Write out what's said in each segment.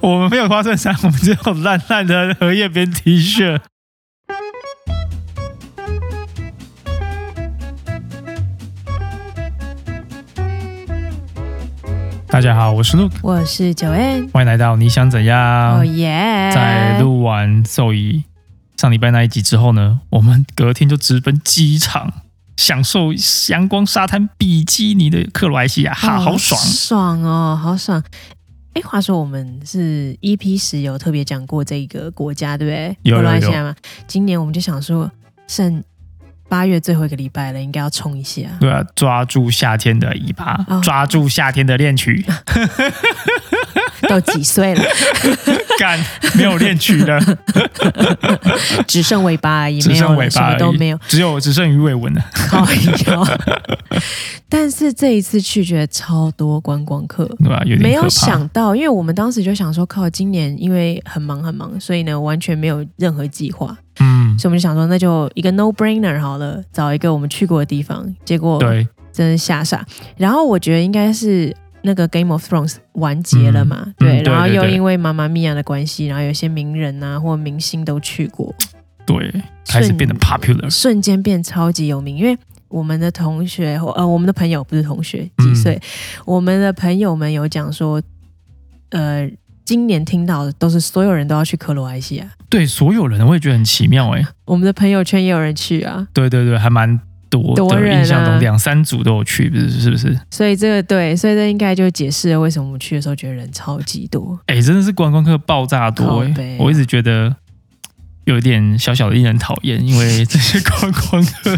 我们没有花衬衫，我们只有烂烂的荷叶边 T 恤。大家好，我是 Luke，我是九 N，欢迎来到你想怎样？哦耶！啊在录完兽医上礼拜那一集之后呢，我们隔天就直奔机场，享受阳光沙滩比基尼的克罗埃西亚，哈，哦好爽！爽哦，好爽！哎，话说我们是 EP 十有特别讲过这个国家，对不对？有有有罗西亚嘛，今年我们就想说，剩八月最后一个礼拜了，应该要冲一下。对啊，抓住夏天的尾巴，哦抓住夏天的恋曲，都 几岁了， 干没有恋曲了，只剩尾巴而已，只没有剩尾了什巴么而都已 没有，只有只剩鱼尾纹了。靠腰。 但是这一次去，觉得超多观光客。对吧、有点没可有怕想到，因为我们当时就想说，靠，今年因为很忙很忙，所以呢完全没有任何计划，嗯，所以我们就想说，那就一个 no brainer 好了，找一个我们去过的地方。结果对，真是吓傻。然后我觉得应该是那个 Game of Thrones 完结了嘛，嗯对，嗯然后对对又对因为妈妈咪呀的关系，然后有些名人啊或明星都去过，对，开始变得 popular，瞬间变超级有名，因为。我们的同学，呃，我们的朋友不是同学，嗯几岁？我们的朋友们有讲说，呃，今年听到的都是所有人都要去克罗埃西亚，对所有人，我也觉得很奇妙哎、我们的朋友圈也有人去啊，对对对，还蛮多的，多人啊印象中两三组都有去，不是是不是？所以这个对，所以这应该就解释了为什么我们去的时候觉得人超级多。哎、真的是观光客爆炸多哎、靠北啊我一直觉得。有一点小小的令人讨厌，因 为这些观光客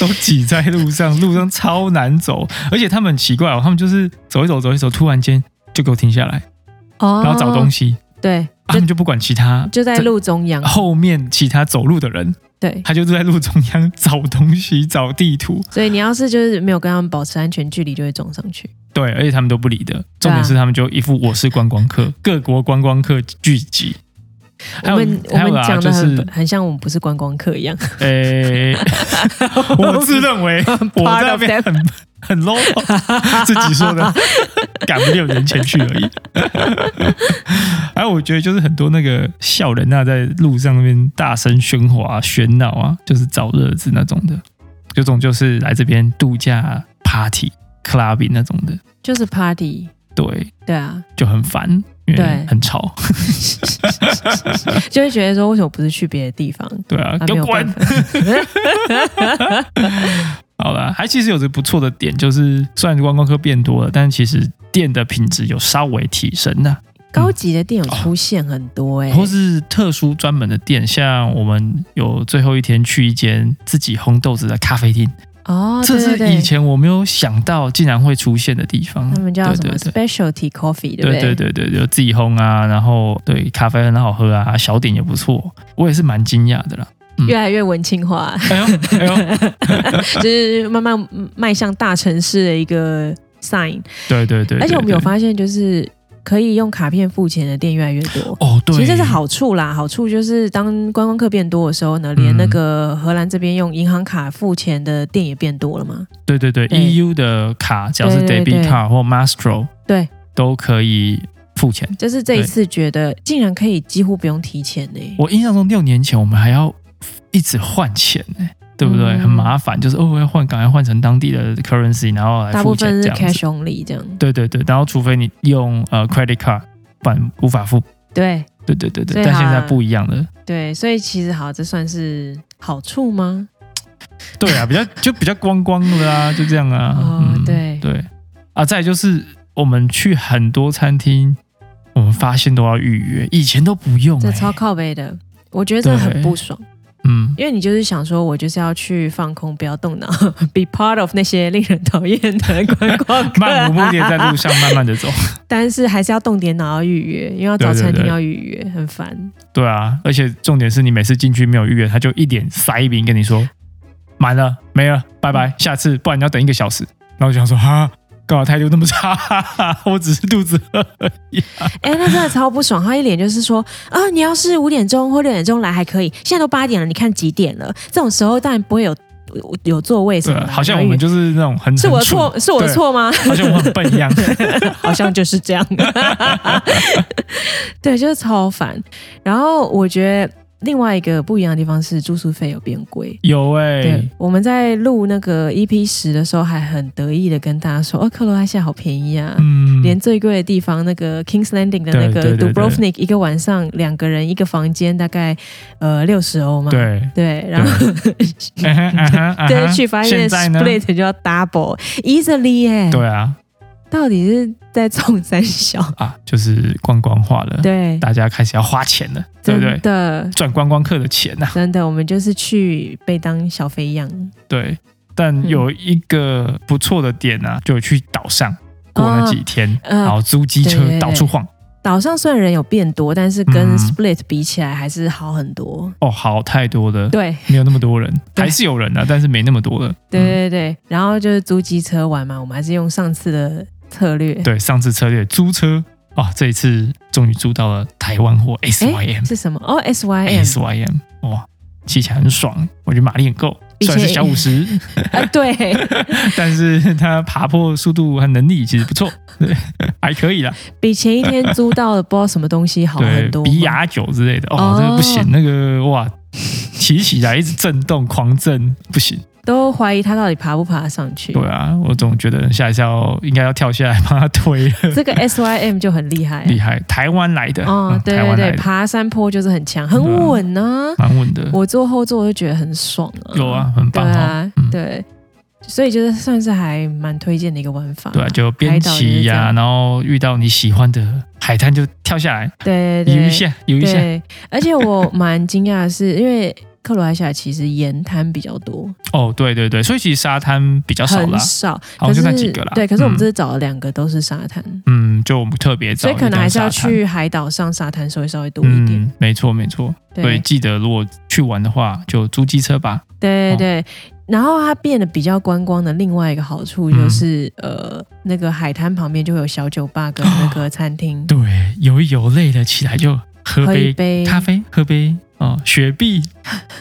都挤在路上，路上超难走，而且他们很奇怪哦，他们就是走一走走一走，突然间就给我停下来，哦然后找东西，西，哦对，啊他们就不管其他，就在路中央，后面其他走路的人，对。他就是在路中央找东西、找地图。所以你要是就是没有跟他们保持安全距离，就会撞上去。对，而且他们都不理的。重啊点是他们就一副我是观光客，各国观光客聚集。还我有们我还有们啊，讲就的很、是很像我们不是观光客一样。诶，我自认为 我在 Part 那 of 边 them 很很 low，自己说的，赶不六年前去而已。还有，我觉得就是很多那个笑人啊，在路上那边大声喧哗、喧闹啊，就是找乐子那种的。有种就是来这边度假、party、clubbing 那种的，就是 party，对，对啊， 就很烦，因为对很吵。就会觉得说为什么不是去别的地方？对啊，啊给没我有滚办！法，好了，还其实有着不错的点，就是虽然观光客变多了，但其实店的品质有稍微提升啊呐、高级的店有出现很多哎、或是特殊专门的店，像我们有最后一天去一间自己烘豆子的咖啡厅，哦，这对对是对以前我没有想到竟然会出现的地方他。们叫什对么对对 specialty coffee，对不对对对对，有自己烘啊，然后对咖啡很好喝啊，小点也不错，我也是蛮惊讶 的啦。嗯越来越文青 化，哎呦哎呦，就是慢慢嗯迈向大城市的一个 sign。对对对对而且我们对有发现，就是可以用卡片付钱的店越来越多。哦，对，其实这是好处啦，好处就是当观光客变多的时候呢，嗯连那个荷兰这边用银行卡付钱的店也变多了嘛。对对对对，EU 的卡，只要是对对 debit 对 card 或 Maestro，对，都可以付钱。就是这一次觉得竟然可以几乎不用提钱呢、我印象中六年前我们还要一直换钱呢、对不对？嗯很麻烦，就是哦，我要换，赶快换成当地的 currency，然后来大付部钱分这是样子。 cash only 这样。对对对，然后除非你用呃 credit card，不然无法付。对对对对对，对但啊现在不一样了。对，所以其实好，这算是好处吗？对啊，比 较就比较光光的啦，就这样啊。哦对对啊，再来就是我们去很多餐厅，我们发现都要预约，以前都不用、欸。这超靠背的，我觉得这很不爽， 嗯，因为你就是想说，我就是要去放空，不要动脑 ，be part of 那些令人讨厌的观光客，漫无目的地在路上慢慢的走。 但是还是要动点脑要预约，因为要找对对餐厅对要预约，很烦。对啊，而且重点是你每次进去没有预约，他就一脸塞饼跟你说满了没了，拜嗯拜，下次不然你要等一个小时。然后我就想说哈，干嘛态度那么差？ 我只是肚子饿而已。哎、那真的超不爽，他一脸就是说啊，你要是五点钟或六点钟来还可以，现在都八点了，你看几点了？这种时候当然不会有有有座位什对么啊，的，好像然后我们预就约是那种很是我的很蠢错，是我的对错吗？ 好像我很笨一样。好像就是这样。 对，就是超烦。然后我觉得另外一个不一样的地方是住宿费有变贵。有哎、对，我们在录那个 EP 十的时候，还很得意的跟大家说，哦，克罗埃西亚好便宜啊。嗯，连最贵的地方，那个 Kings Landing 的那对个对对对 Dubrovnik，一个晚上两个人一个房间，大概呃六十欧嘛。对， 对，然后嗯哼嗯哼嗯 对哼去发现现在呢？ split 就要 double easily 耶、对啊到底是在冲 三小？啊，就是观光化了，对，大家开始要花钱了，对真不对？的赚观光客的钱啊呐、真的，我们就是去被当小肥羊。对。但有嗯一个不错的点啊，就去岛上过了几天，然呃，后租机对对车对到处晃。岛上虽然人有变多，但是跟嗯 Split 比起来还是好很多。哦，好太多了，对没有那么多人，对还是有人啊，但是没那么多了。对嗯对对，然后就是租机车玩嘛，我们还是用上次的策略。对，上次策略租车啊、这一次终于租到了台湾货 SYM 是什么？哦，S Y M， SYM，哇，骑起来很爽，我觉得马力很够，以虽前然是小五 十，啊，对，但是它爬坡速度和能力其实不错，对，还可以啦。比前一天租到的不知道什么东西好对很，多。比雅九之类的，哦哦，这个不行，那个哇，骑起来一直震动，狂震，不行。都怀疑他到底爬不爬得上去对。啊，我总觉得下一次要应该要跳下来帮他 推了，这个 S Y M 就很厉害，厉害，台湾来的，哦嗯，对台对湾来对，的，啊爬山坡就是很强，很稳呢、蛮稳的，我坐后座我就觉得很爽啊，有啊，，很对棒哦。啊，嗯对，所以就是算是还蛮推荐的一个玩法。对啊，就边骑呀、海岛也是这样然后遇到你喜欢的海滩就跳下来对对游对一下，游一下。对，而且我蛮惊讶的是，因为克罗埃西亚其实盐滩比较多，哦，对对对，所以其实沙滩比较少啦很，少，好可像就是那几个啦。对，可是我们嗯这次找了两个都是沙滩，嗯，就我们特别找所一以个可沙滩，能还是要去海岛上沙滩稍微稍微多一点。嗯，没错没错。所以对记得如果去玩的话，就租机车吧。对对对。然后它变得比较观光的另外一个好处嗯就是，呃，那个海滩旁边就会有小酒吧跟那个餐厅，对，游一游累了起来就 喝喝一杯杯咖啡，喝杯啊、哦雪 碧，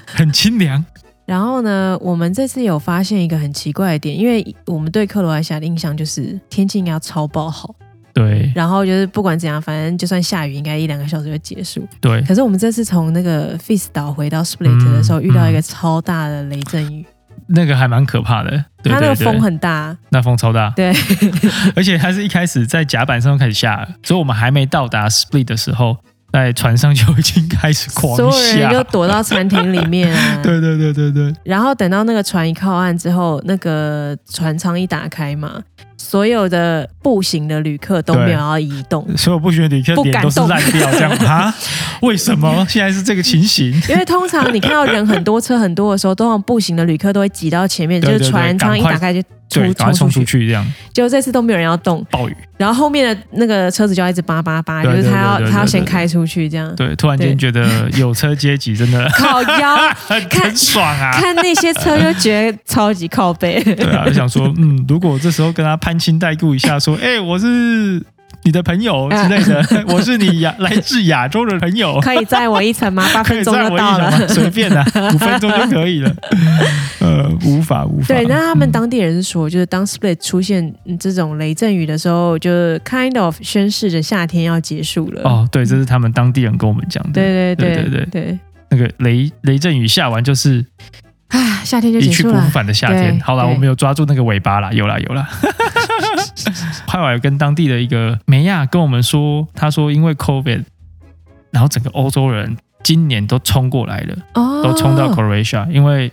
很清凉。然后呢，我们这次有发现一个很奇怪的点，因为我们对克罗埃西亚的印象就是天气应该要超爆好，对然后就是不管怎样，反正就算下雨，应该一两个小时就结束。对，可是我们这次从那个 f i s 岛回到 Split 的时候，嗯遇到一个超大的雷阵雨，那个还蛮可怕的。对它那对个对，风很大，那风超大，对， 而且它是一开始在甲板上就开始下了，所以我们还没到达 Split 的时候，在船上就已经开始狂所有人下。就躲到餐厅里面啊。 对对对对对，然后等到那个船一靠岸之后，那个船舱一打开嘛，所有的步行的旅客都没有要移动，所有不学旅客不脸敢都是动烂掉，这样啊？为什么现在是这个情形？因为通常你看到人很多、车很多的时候，通常步行的旅客都会挤到前面，对对就是船舱一打开就对，出赶快冲冲 出出去。去，这样结果这次都没有人要动，暴雨。然后后面的那个车子就要一直叭叭叭，对就对是他对对要对他要先对对开出去这样。对，突然间觉得有车阶级真的 靠腰很看很爽啊。看那些车就觉得超级靠 背。对啊，就想说，嗯，如果这时候跟他攀亲带故一下，说，哎、我是你的朋友啊之类的，我是你亚来自亚洲的朋 友，可以载我一程吗？八可以分钟再就我一到下了。吗？随便啊，五分钟就可以了。呃，无法无法。 对，那他们嗯当地人是说，就是当 split 出现嗯这种雷阵雨的时候，就是 kind of 宣示着夏天要结束了。，哦，对，这是他们当地人跟我们讲的。对对对对对对，那个雷雷阵雨下完就是啊，夏天就一结去束不复了。返的夏天。对好啦，对我们有抓住那个尾巴啦，有啦有啦。 后来我跟当地的一个梅亚跟我们说，他说因为 COVID，然后整个欧洲人今年都冲过来了，哦，都冲到 Croatia，、因为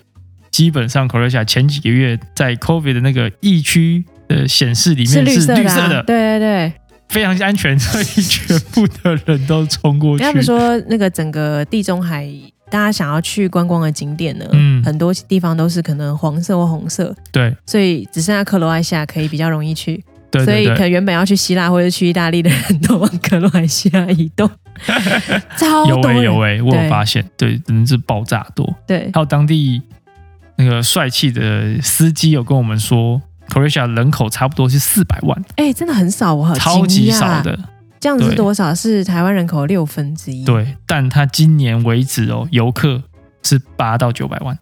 基本上 Croatia 前几个月在 COVID 的那个疫区的显示里面是是绿绿色色的，的啊，对对对。非常安全，所以全部的人都冲过去 因为。他们说那个整个地中海，大家想要去观光的景点呢，嗯很多地方都是可能黄色或红色，对所以只剩下克罗埃西亚可以比较容易去。对对所以可对，能原本要去希腊或者去意大利的人都往克罗埃西亚移 动，超有多诶、人有欸诶、我有哦对发现，对，真的是爆炸多。对还有当地那个帅气的司机有跟我们说，Croatia 人口差不多是四百万，哎、真的很少，我好惊讶超级少。的。这样子对是多少？是台湾人口六分之一。， 对，但他今年为止哦，游客是八到九百万，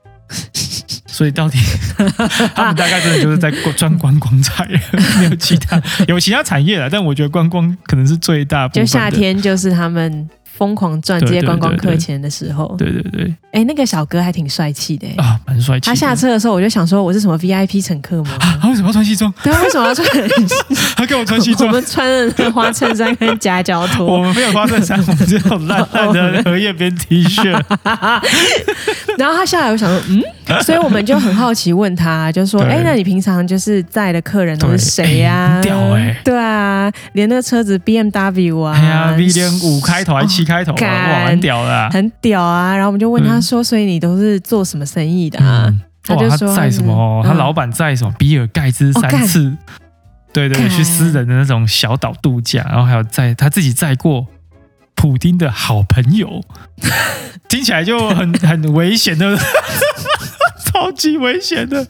所以到底他们大概真的就是在赚观光财， 没有其他有其他产业了。但我觉得观光可能是最大部分就的夏，天就是他们疯狂赚这些观光客钱的时候。对对对哎，那个小哥还挺帅气的、诶欸啊，蛮帅气的。他下车的时候，我就想说，我是什么 VIP 乘客吗？啊，他为什么要穿西装？对，为什么要穿？他给我穿西 我装。们穿的花衬衫跟夹 脚我拖，们没有花衬衫，我们只有烂烂 的荷叶边 T 恤。然后他下来，我想说，嗯，所以我们就很好奇问他，就说，对哎，那你平常就是载的客人都是谁呀、对哎很屌哎对啊，连那个车子 BMW 啊，哦哎呀，V 零五开头还七开头啊，哇，干蛮屌的啊。很屌啊。然后我们就问他说，所以你都是做什么生意的啊？嗯，他哇，就他说在什么？嗯他老板在什么？比尔盖茨哦干三次，对对，对干去私人的那种小岛度假，然后还有在他自己载过普丁的好朋 友，听起来就很很危险的， 超级危险的。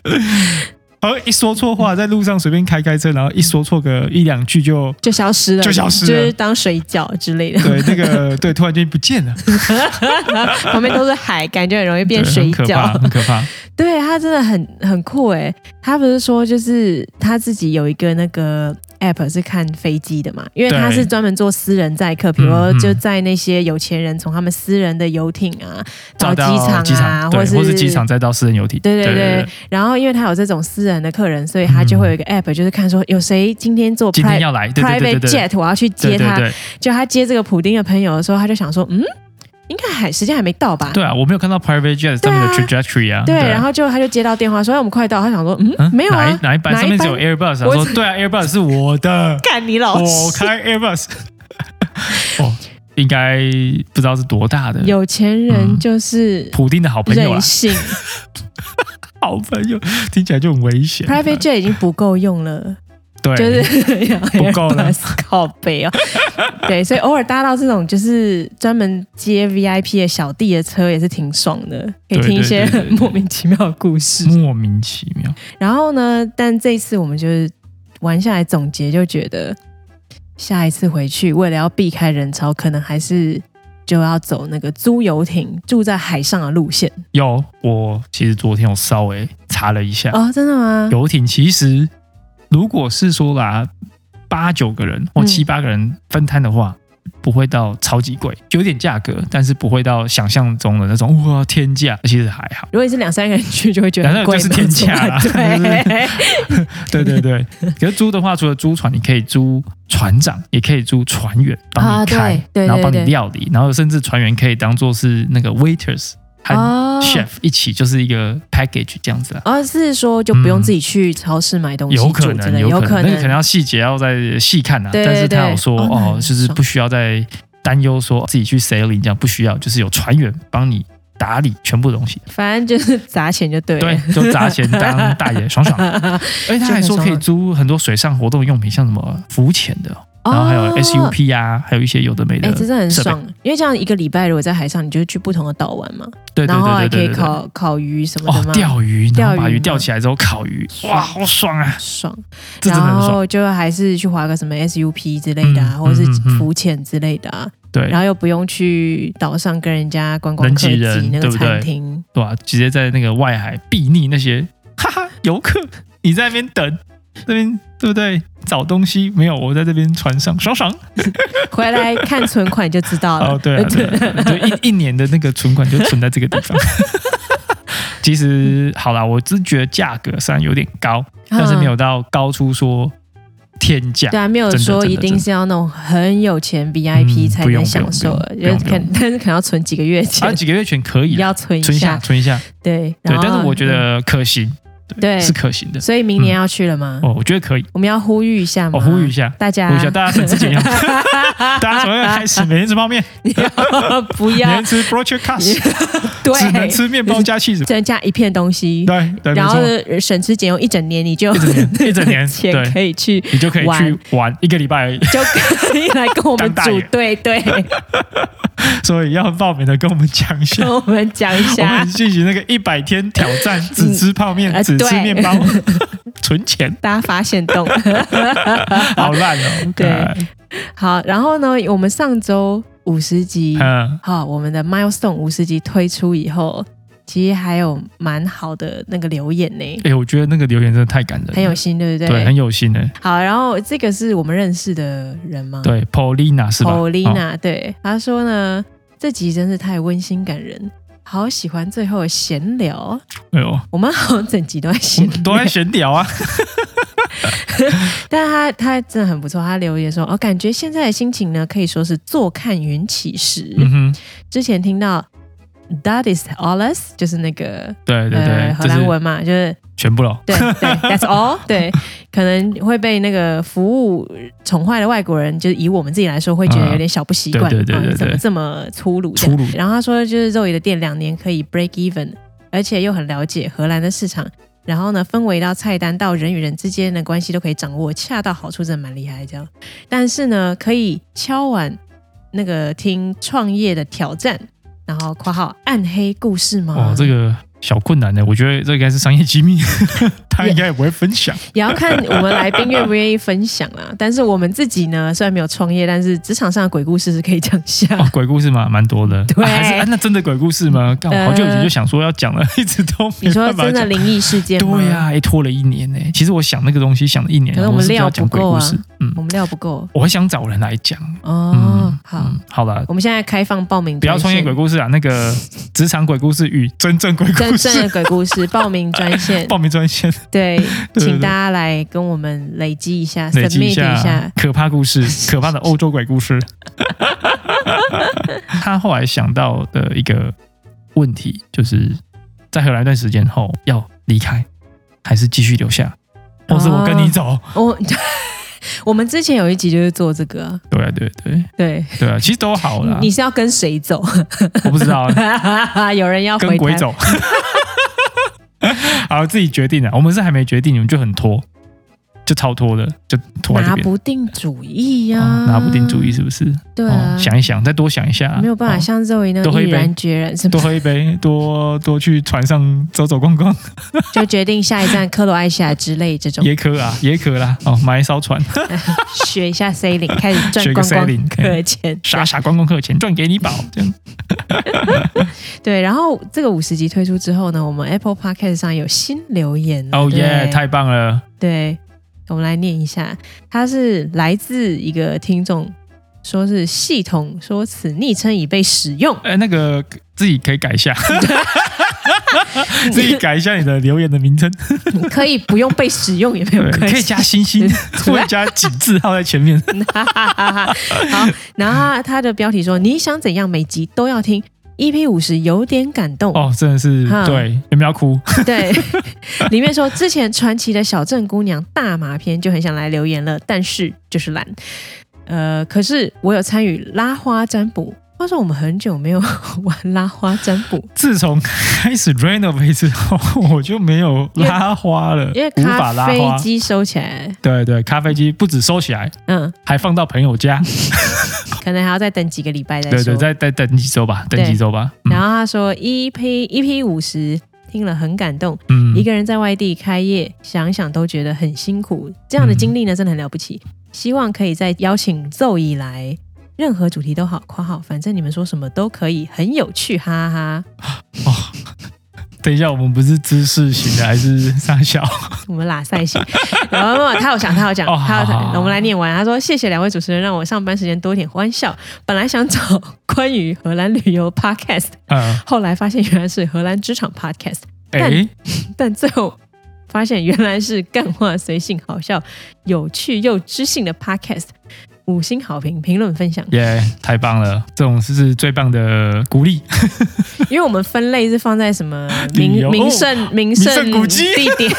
然后一说错话，在路上随便开开车，然后一说错个一两句就就消失了，就消失了就是当水饺之类的，对那个对，突然间不见了， 旁边都是海，感觉很容易对 变水很可怕，饺。很可怕。对他真的很很酷诶，他不是说就是他自己有一个那个 app 是看飞机的嘛，因为对他是专门做私人载客，比如嗯说嗯就载那些有钱人从他们私人的游艇啊找机到场机啊，场，对，或是是机场再到私人游艇，对对对，然后因为他有这种私人的客人，所以他就会有一个 app，就是看说有谁今天坐嗯今天 private 要来，对对对 private 对对 jet，我要去接对对他，对，就他接这个普丁的朋友的时候，他就想说，嗯，应该还时间还没到吧？对啊，我没有看到 private jet 上面的对啊 trajectory 啊。对啊然后就他就接到电话说，哎，我们快到。他想说，嗯，嗯没有哪啊一，哪一班哪一上面只有班 Airbus？我我说对啊，Airbus 是我的，干你老我师，开 Airbus。哦，应该不知道是多大的。有钱人就是普丁的嗯好朋友啊任， 性、好朋友听起来就很危险 p。r i v a t e jet 已经不够用了，对，就是 不够了 Airbus 靠背哦。 对，所以偶尔搭到这种就是专门接 VIP 的小弟的车也是挺爽的，可以对听一对些对对很 莫名其妙的故事。莫名其妙。然后呢，但这一次我们就是玩下来总结，就觉得下一次回去，为了要避开人潮，可能还是就要走那个租游艇住在海上的路线。有，我其实昨天有稍微查了一下，哦，真的吗？游艇其实如果是说啦，八九个人或嗯七八个人分摊的话，不会到超级贵，有点价格，但是不会到想象中的那种哇天价，其实还好。如果你是两三个人去，就会觉得很贵，两三个 就是天价啦没有错对，对对对， 可是租的话，除了租船，你可以租船长，也可以租船员帮啊你开，对对然后帮你对对料理，然后甚至船员可以当做是那个 waiters 和哦 chef 一起，就是一个 package 这样子啊。哦，是说就不用自己去超市买东嗯西有煮可之能，类，有可可那个可能要细节要再细看啊。对但是对他对有说哦那哦很就是爽不需要再担忧说自己去 sailing 这样不需要，就是有船员帮你打理全部东西，反正就是砸钱就对了。对， 就砸钱 当大爷，爽爽。而且他还说可以租很多水上活动用品，像什么浮潜的，哦，然后还有 SUP 啊，还有一些有的没哎、的这真的很设备。爽，因为这样一个礼拜如果在海上，你就去不同的岛玩嘛。对对然后还对对可对以对对。烤烤鱼什么的哦吗？，钓鱼，然钓后把鱼鱼吗钓起来之后烤鱼，哇，好爽啊！爽，这真的很然爽。后就还是去划个什么 SUP 之类的啊，嗯或者是嗯嗯嗯浮潜之类的啊，对，然后又不用去岛上跟人家观光人客挤人挤那对不个对餐厅， 对吧、直接在那个外海避睨那些哈哈游客，你在那边等，那边对不对？找东西没有，我在这边船上爽爽。回来看存款就知道了。哦， 对啊，对啊，对啊就一一年的那个存款就存在这个地方。 其实好啦，我只觉得价格虽然有点高，但是没有啊。到高出说天价对。啊，没有真的说真的一定真的是要那种很有钱 VIP 嗯才不用能不享用受不的，用就是不用不可用 但是可能要存几个月钱啊，，几个月前可以啦，要存一存一下，下。存一下。对，对然，后嗯但是我觉得可行，对是可行的嗯。所以明年要去了吗？哦，我觉得可以，我们要呼吁一下吗？我呼吁一下，大家，呼吁一下，大家省吃俭 用，大家从现在开始每天吃泡面， 不每要天吃 broccoli c u s 只能对，吃面包加 cheese，增加一片东西，对对，没然后错，呢省吃俭用一整年，你就一整年一整年， 钱对，可以去你就可以去玩一个礼拜而已，就可以来跟我们当大组爷队， 对，所以要报名的跟我们讲一下 跟。我们讲一我们下，进行那个一百天挑战，只吃泡面呃，只吃对面 包，存钱，大家发现动。好烂哦！对哎，好，然后呢，我们上周五十集，嗯，好，我们的 milestone 五十集推出以后，其实还有蛮好的那个留言呢，哎、我觉得那个留言真的太感人了，很有心，嗯对不对？对，很有心哎、好，然后这个是我们认识的人吗？对，Paulina 是吧哦 Paulina，、对，她说呢，这集真是太温馨感人，好喜欢最后的闲聊，哦哎呦，我们好像整集都在闲聊， 都在闲聊啊，但是她她真的很不错，她留言说，哦，感觉现在的心情呢，可以说是坐看云起时。嗯哼，之前听到 That is alles，就是那个对对对呃，荷这兰是文嘛，就是全部了， 对对，That's all，对，可能会被那个服务宠坏的外国人，就是以我们自己来说，会觉得有点小不习嗯惯，对对对啊对对怎么这么粗鲁这粗样？鲁，然后他说，就是肉爷的店两年可以 break even，而且又很了解荷兰的市场。然后呢，氛围到菜单到人与人之间的关系都可以掌握，恰到好处，真的蛮厉害这样。但是呢，可以敲碗那个听创业的挑战，然后括号暗黑故事吗？哦，这个小困难呢，我觉得这应该是商业机密， 他应该也不会分 享，也要看我们来宾愿不愿意分享啦。但是我们自己呢，虽然没有创业，但是职场上的鬼故事是可以讲一下。哦，鬼故事嘛，蛮多的， 对呃啊还是、啊、那真的鬼故事吗？干，我好久以前就想说要讲了，一直都没你说办法真的讲。灵异事件吗？对呀、哎拖了一年呢、其实我想那个东西想了一年，可是我们是料要不讲鬼够故啊事，嗯，我们料不够我想找人来讲。哦。嗯，好，嗯好了，我们现在开放报名不专要线，创业鬼故事啊，那个职场鬼故事与真正鬼故真正事的鬼故事报名专 线。报名专线，对， 对请对大家来跟我们累积一下累积，submit 一下。可怕故 事，可怕的欧洲鬼故事。他后来想到的一个问题，就是在荷兰一段时间后要离开，还是继续留下，或是我跟哦你走？我 我们之前有一集就是做这个啊，对啊，对对对，对啊，其实都好啦。 你是要跟谁走？ 我不知道，有人要跟回鬼台 走。好，自己决定啊。我们是还没决定，你们就很拖，就超拖的，就拖在这拿边。不定主意呀、哦拿不定主意，是不是？对啊，哦，想一想，再多想一下啊、没有办法哦像肉一那多喝样一毅杯然决然， 是多不是？喝一杯，多多去船上走走逛 逛，就决定下一站克罗埃西亚之类 这种，也可啊，也可啦。哦，买一艘 船，学一下 sailing，开始学赚个观光 sailing，可以客钱。傻傻观光客钱赚给你饱，嗯这样。对，然后这个五十集推出之后呢，我们 Apple Podcast 上有新留言哦耶，嗯对太棒了！对，我们来念一下，他是来自一个听众，说是系统说此昵称已被使 用，哎，那个自己可以改一 下，自己改一下你的留言的名称，可以不用被使用也 没有对，关可系以，加星星或者加井字号在前 面。哈哈哈哈！ 好，然后他他的标题说：“你想怎样，每集都要听。” EP 五十有点感动，哦，真的是 哈对，有没有要哭？对，里面说之前传奇的小镇姑娘大麻篇就很想来留言了，但是就是懒。呃，可是我有参与拉花占卜，话说我们很久没有 玩拉花占卜，自从开始 renovate 之后，我就没有拉花了，因为无法咖拉啡花。机收起来，对对，咖啡机不止收起来，嗯，还放到朋友家。可能还要再等几个礼拜再说。对对，再再等几周吧，等对几周吧。嗯然后他说 EP EP 五十听了很感动，嗯，嗯一个人在外地开业，想想都觉得很辛苦。这样的经历呢，真的很了不起。希望可以再邀请奏以来，任何主题都好，括号反正你们说什么都可以，很有趣，哈哈。等一下，我们不是知识型的，还是上小？ 我们拉塞型，然后他有想，他有讲，哦他有好好讲。好我们来念完，他说：“谢谢两位主持人，让我上班时间多一点欢笑。本来想找关于荷兰旅游 podcast，呃，后来发现原来是荷兰职场 podcast。”哎，但最后发现原来是干话随性、好笑、有趣又知性的 podcast。五星好评、评论、分享，耶，太棒了！这种是最棒的鼓励。 因为我们分类是放在什么旅名游名胜名胜哦名胜古迹地 点，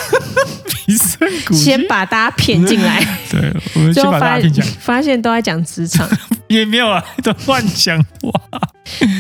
提升鼓励，先把大家骗进来，对，我们 最先后把大发家听讲，发现都在讲 职场，也没有啊，都乱讲话。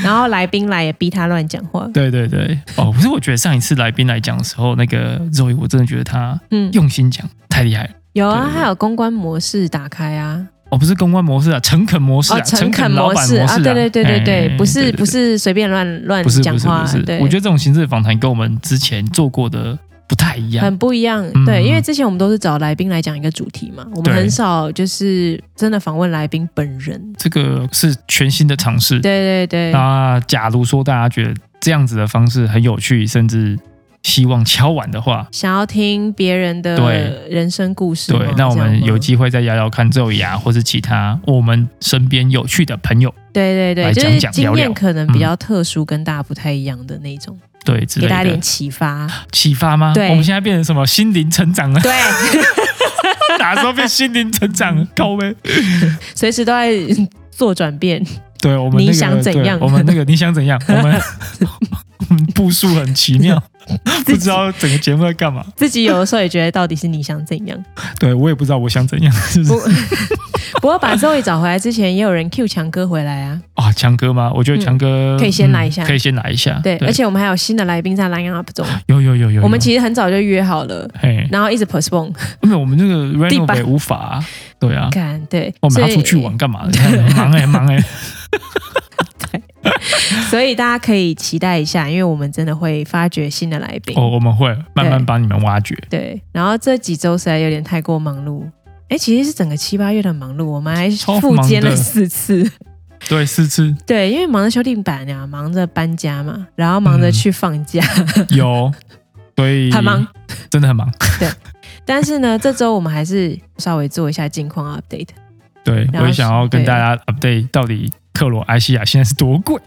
然后来宾来也逼他乱讲话，对对对，哦，可是我觉得上一次来宾来讲的时候，那个 Zoe，我真的觉得他嗯，用心讲，太厉害了。有啊，对还有公关模式打开啊，哦，不是公关模式啊，诚恳模式啊，哦，诚恳恳老模板式模式啊，对对对对对，哎不是对对不是随便乱乱不是讲不是话啊不是，，对，我觉得这种形式的访谈跟我们之前做过的不太一样。很不一样。嗯对，因为之前我们都是找来宾来讲一个主题嘛，我们对很少就是真的访问来宾本人。这个是全新的尝试。对对对，那假如说大家觉得这样子的方式很有趣，甚至希望敲碗的话，想要听别人的对人生故事吗。对，那我哦这样们吗嗯有机会再聊聊看肉牙或是其他我们身边有趣的朋友，对对对，来就讲是讲经聊嗯验聊可能比较特殊，跟大家不太一样的那种，对之给大家类点的启发。启发吗？对我们现在变成什么心灵成长了？ 对， 哪时候变心灵成长了？高呗。随时都在做转变。对我们、那个、你想怎对样我们那个你想怎 样？我们 我们步数很奇妙，不知道整个节目在干嘛。自己有的时候也觉得到底是你想怎样。对我也不知道我想怎样，是不是？不过把周易找回来之前，也有人 Q 强哥回来啊。啊，强哥吗？我觉得强哥、嗯嗯可以先来一下可以先来一下。对，而且我们还有新的来宾在 Line Up 中，有有有有有，我们其实很早就约好了，嘿，然后一 直 postpone。没有我们这个 r e n 地 o 板 v 无法、啊，对啊，看，对，我们所要以出去玩，干嘛？你看忙哎、忙哎、 所以大家可以期待一下，因为我们真的会发掘新的来宾。哦，我们会慢慢对帮你们挖掘。对，然后这几周实在有点太过忙碌。哎，其实是整个七八月的忙碌，我们还超复忙健了的四次。 对，四次对，因为忙着修订版啊，忙着搬家嘛，然后忙着嗯去放假，有，所以很 忙，真的很忙。但是呢，这周我们还是稍微做一下近况 update。对，然后我也想要跟对大家 update 到底克罗埃西亚现在是多贵。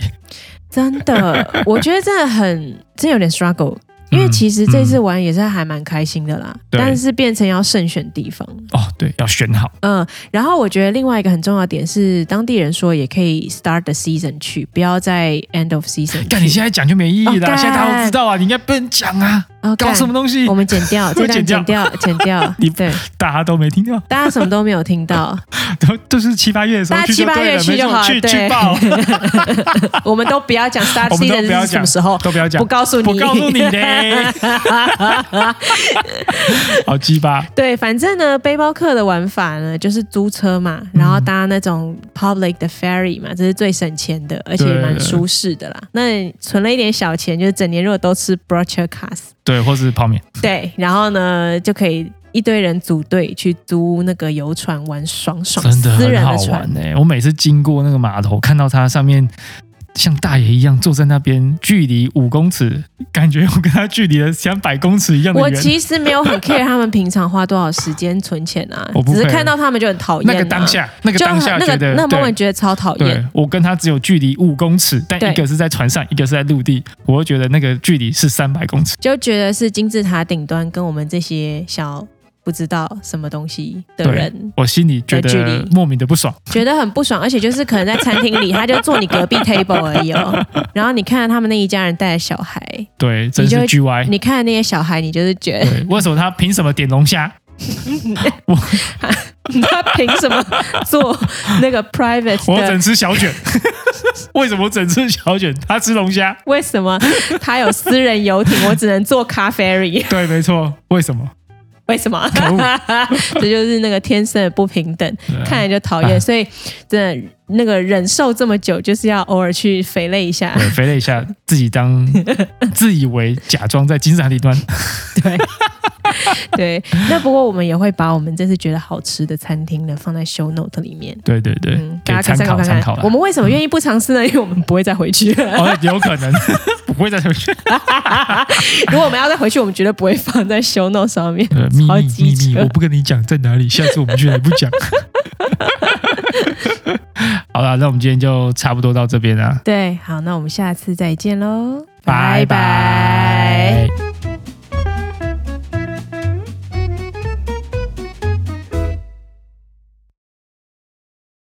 真 的，我觉得真的很，真有点 struggle。因为嗯其实这次嗯玩也是还蛮开心的啦，对但是变成要慎选地方。哦，对，要选好。嗯，然后我觉得另外一个很重要的点是，当地人说也可以 start the season 去，不要在 end of season 去。 干，你现在讲就没意义哦了，干现在大家都知道啊，你应该不能讲啊，哦搞干什么东西我？们剪 掉，这段剪剪掉，剪掉。 你对，大家都没听到，大家什么都没有 听到，都都是七八月的时大候家去七就八对月了，去没就错，好。去去对报，， 我们都不要讲 start 我们都不 season 要是什讲么时候，都不要讲不，告诉你，不告诉你嘞，好鸡巴， 对，反正呢，背包客的玩法呢，就是租车嘛，嗯然后搭那种 public 的 ferry 嘛，这是最省钱的，而且也蛮舒适的啦。那你存了一点小钱，就是整年如果都吃 broader cars，对，或是泡面，对，然后呢就可以一堆人组队去租那个游船玩爽爽，真的私很人好的船玩。哎、我每次经过那个码头，看到它上面像大爷一样坐在那边，距离五公尺，感觉我跟他距离了像百公尺一样的我远。其实没有很 care 他们平常花多少时间存钱啊 我，不只是 care 看到他们就很讨厌、啊。那个当下，那个就很当下那觉个得，那个 moment 对觉得超讨厌对。我跟他只有距离五公尺，但哦一对个是在船上，一个是在陆地，我会觉得那个距离是三百公尺。就觉得是金字塔顶端跟我们这些小不知道什么东西的对人，我心里觉的距得离莫名的不爽。觉得很不爽，而且就是可能在餐厅里，他就 坐你隔壁 table 而已哦。然后你看到他们那一家人带着小孩，对，真你是就会 G Y。你看那些小孩，你就是觉得哎对，为什么他凭什么点龙虾？ 他凭什么做那个 private 我只的？能吃小 卷。为什么我只能吃小卷？他吃龙虾？为什么他有私人游艇，我只能坐 car ferry？对，没错。为什么？为什么可？ 这就是那个天生的不平等。哦对啊看来就讨厌，哎所以真的那个忍受这么久，就是要偶尔去肥累一下。对，肥了一下，自己 当自以为假装在金字塔顶端。对 对，那不过我们也会把我们这次觉得好吃的餐厅呢放在 show note 里面，对对对，给嗯大家参参考考参看考看。啦我。们为什么愿意不尝试呢？因为我们不会再回去 了。哦，有可 能不会再回去。如果我们要再回去，我们绝对不会放在 show note 上面。呃秘超密机秘密，车我不跟你讲在哪里，下次我们去还不 讲。好啦，那我们今天就差不多到这边啦。啊对，好，那我们下次再见喽，拜拜拜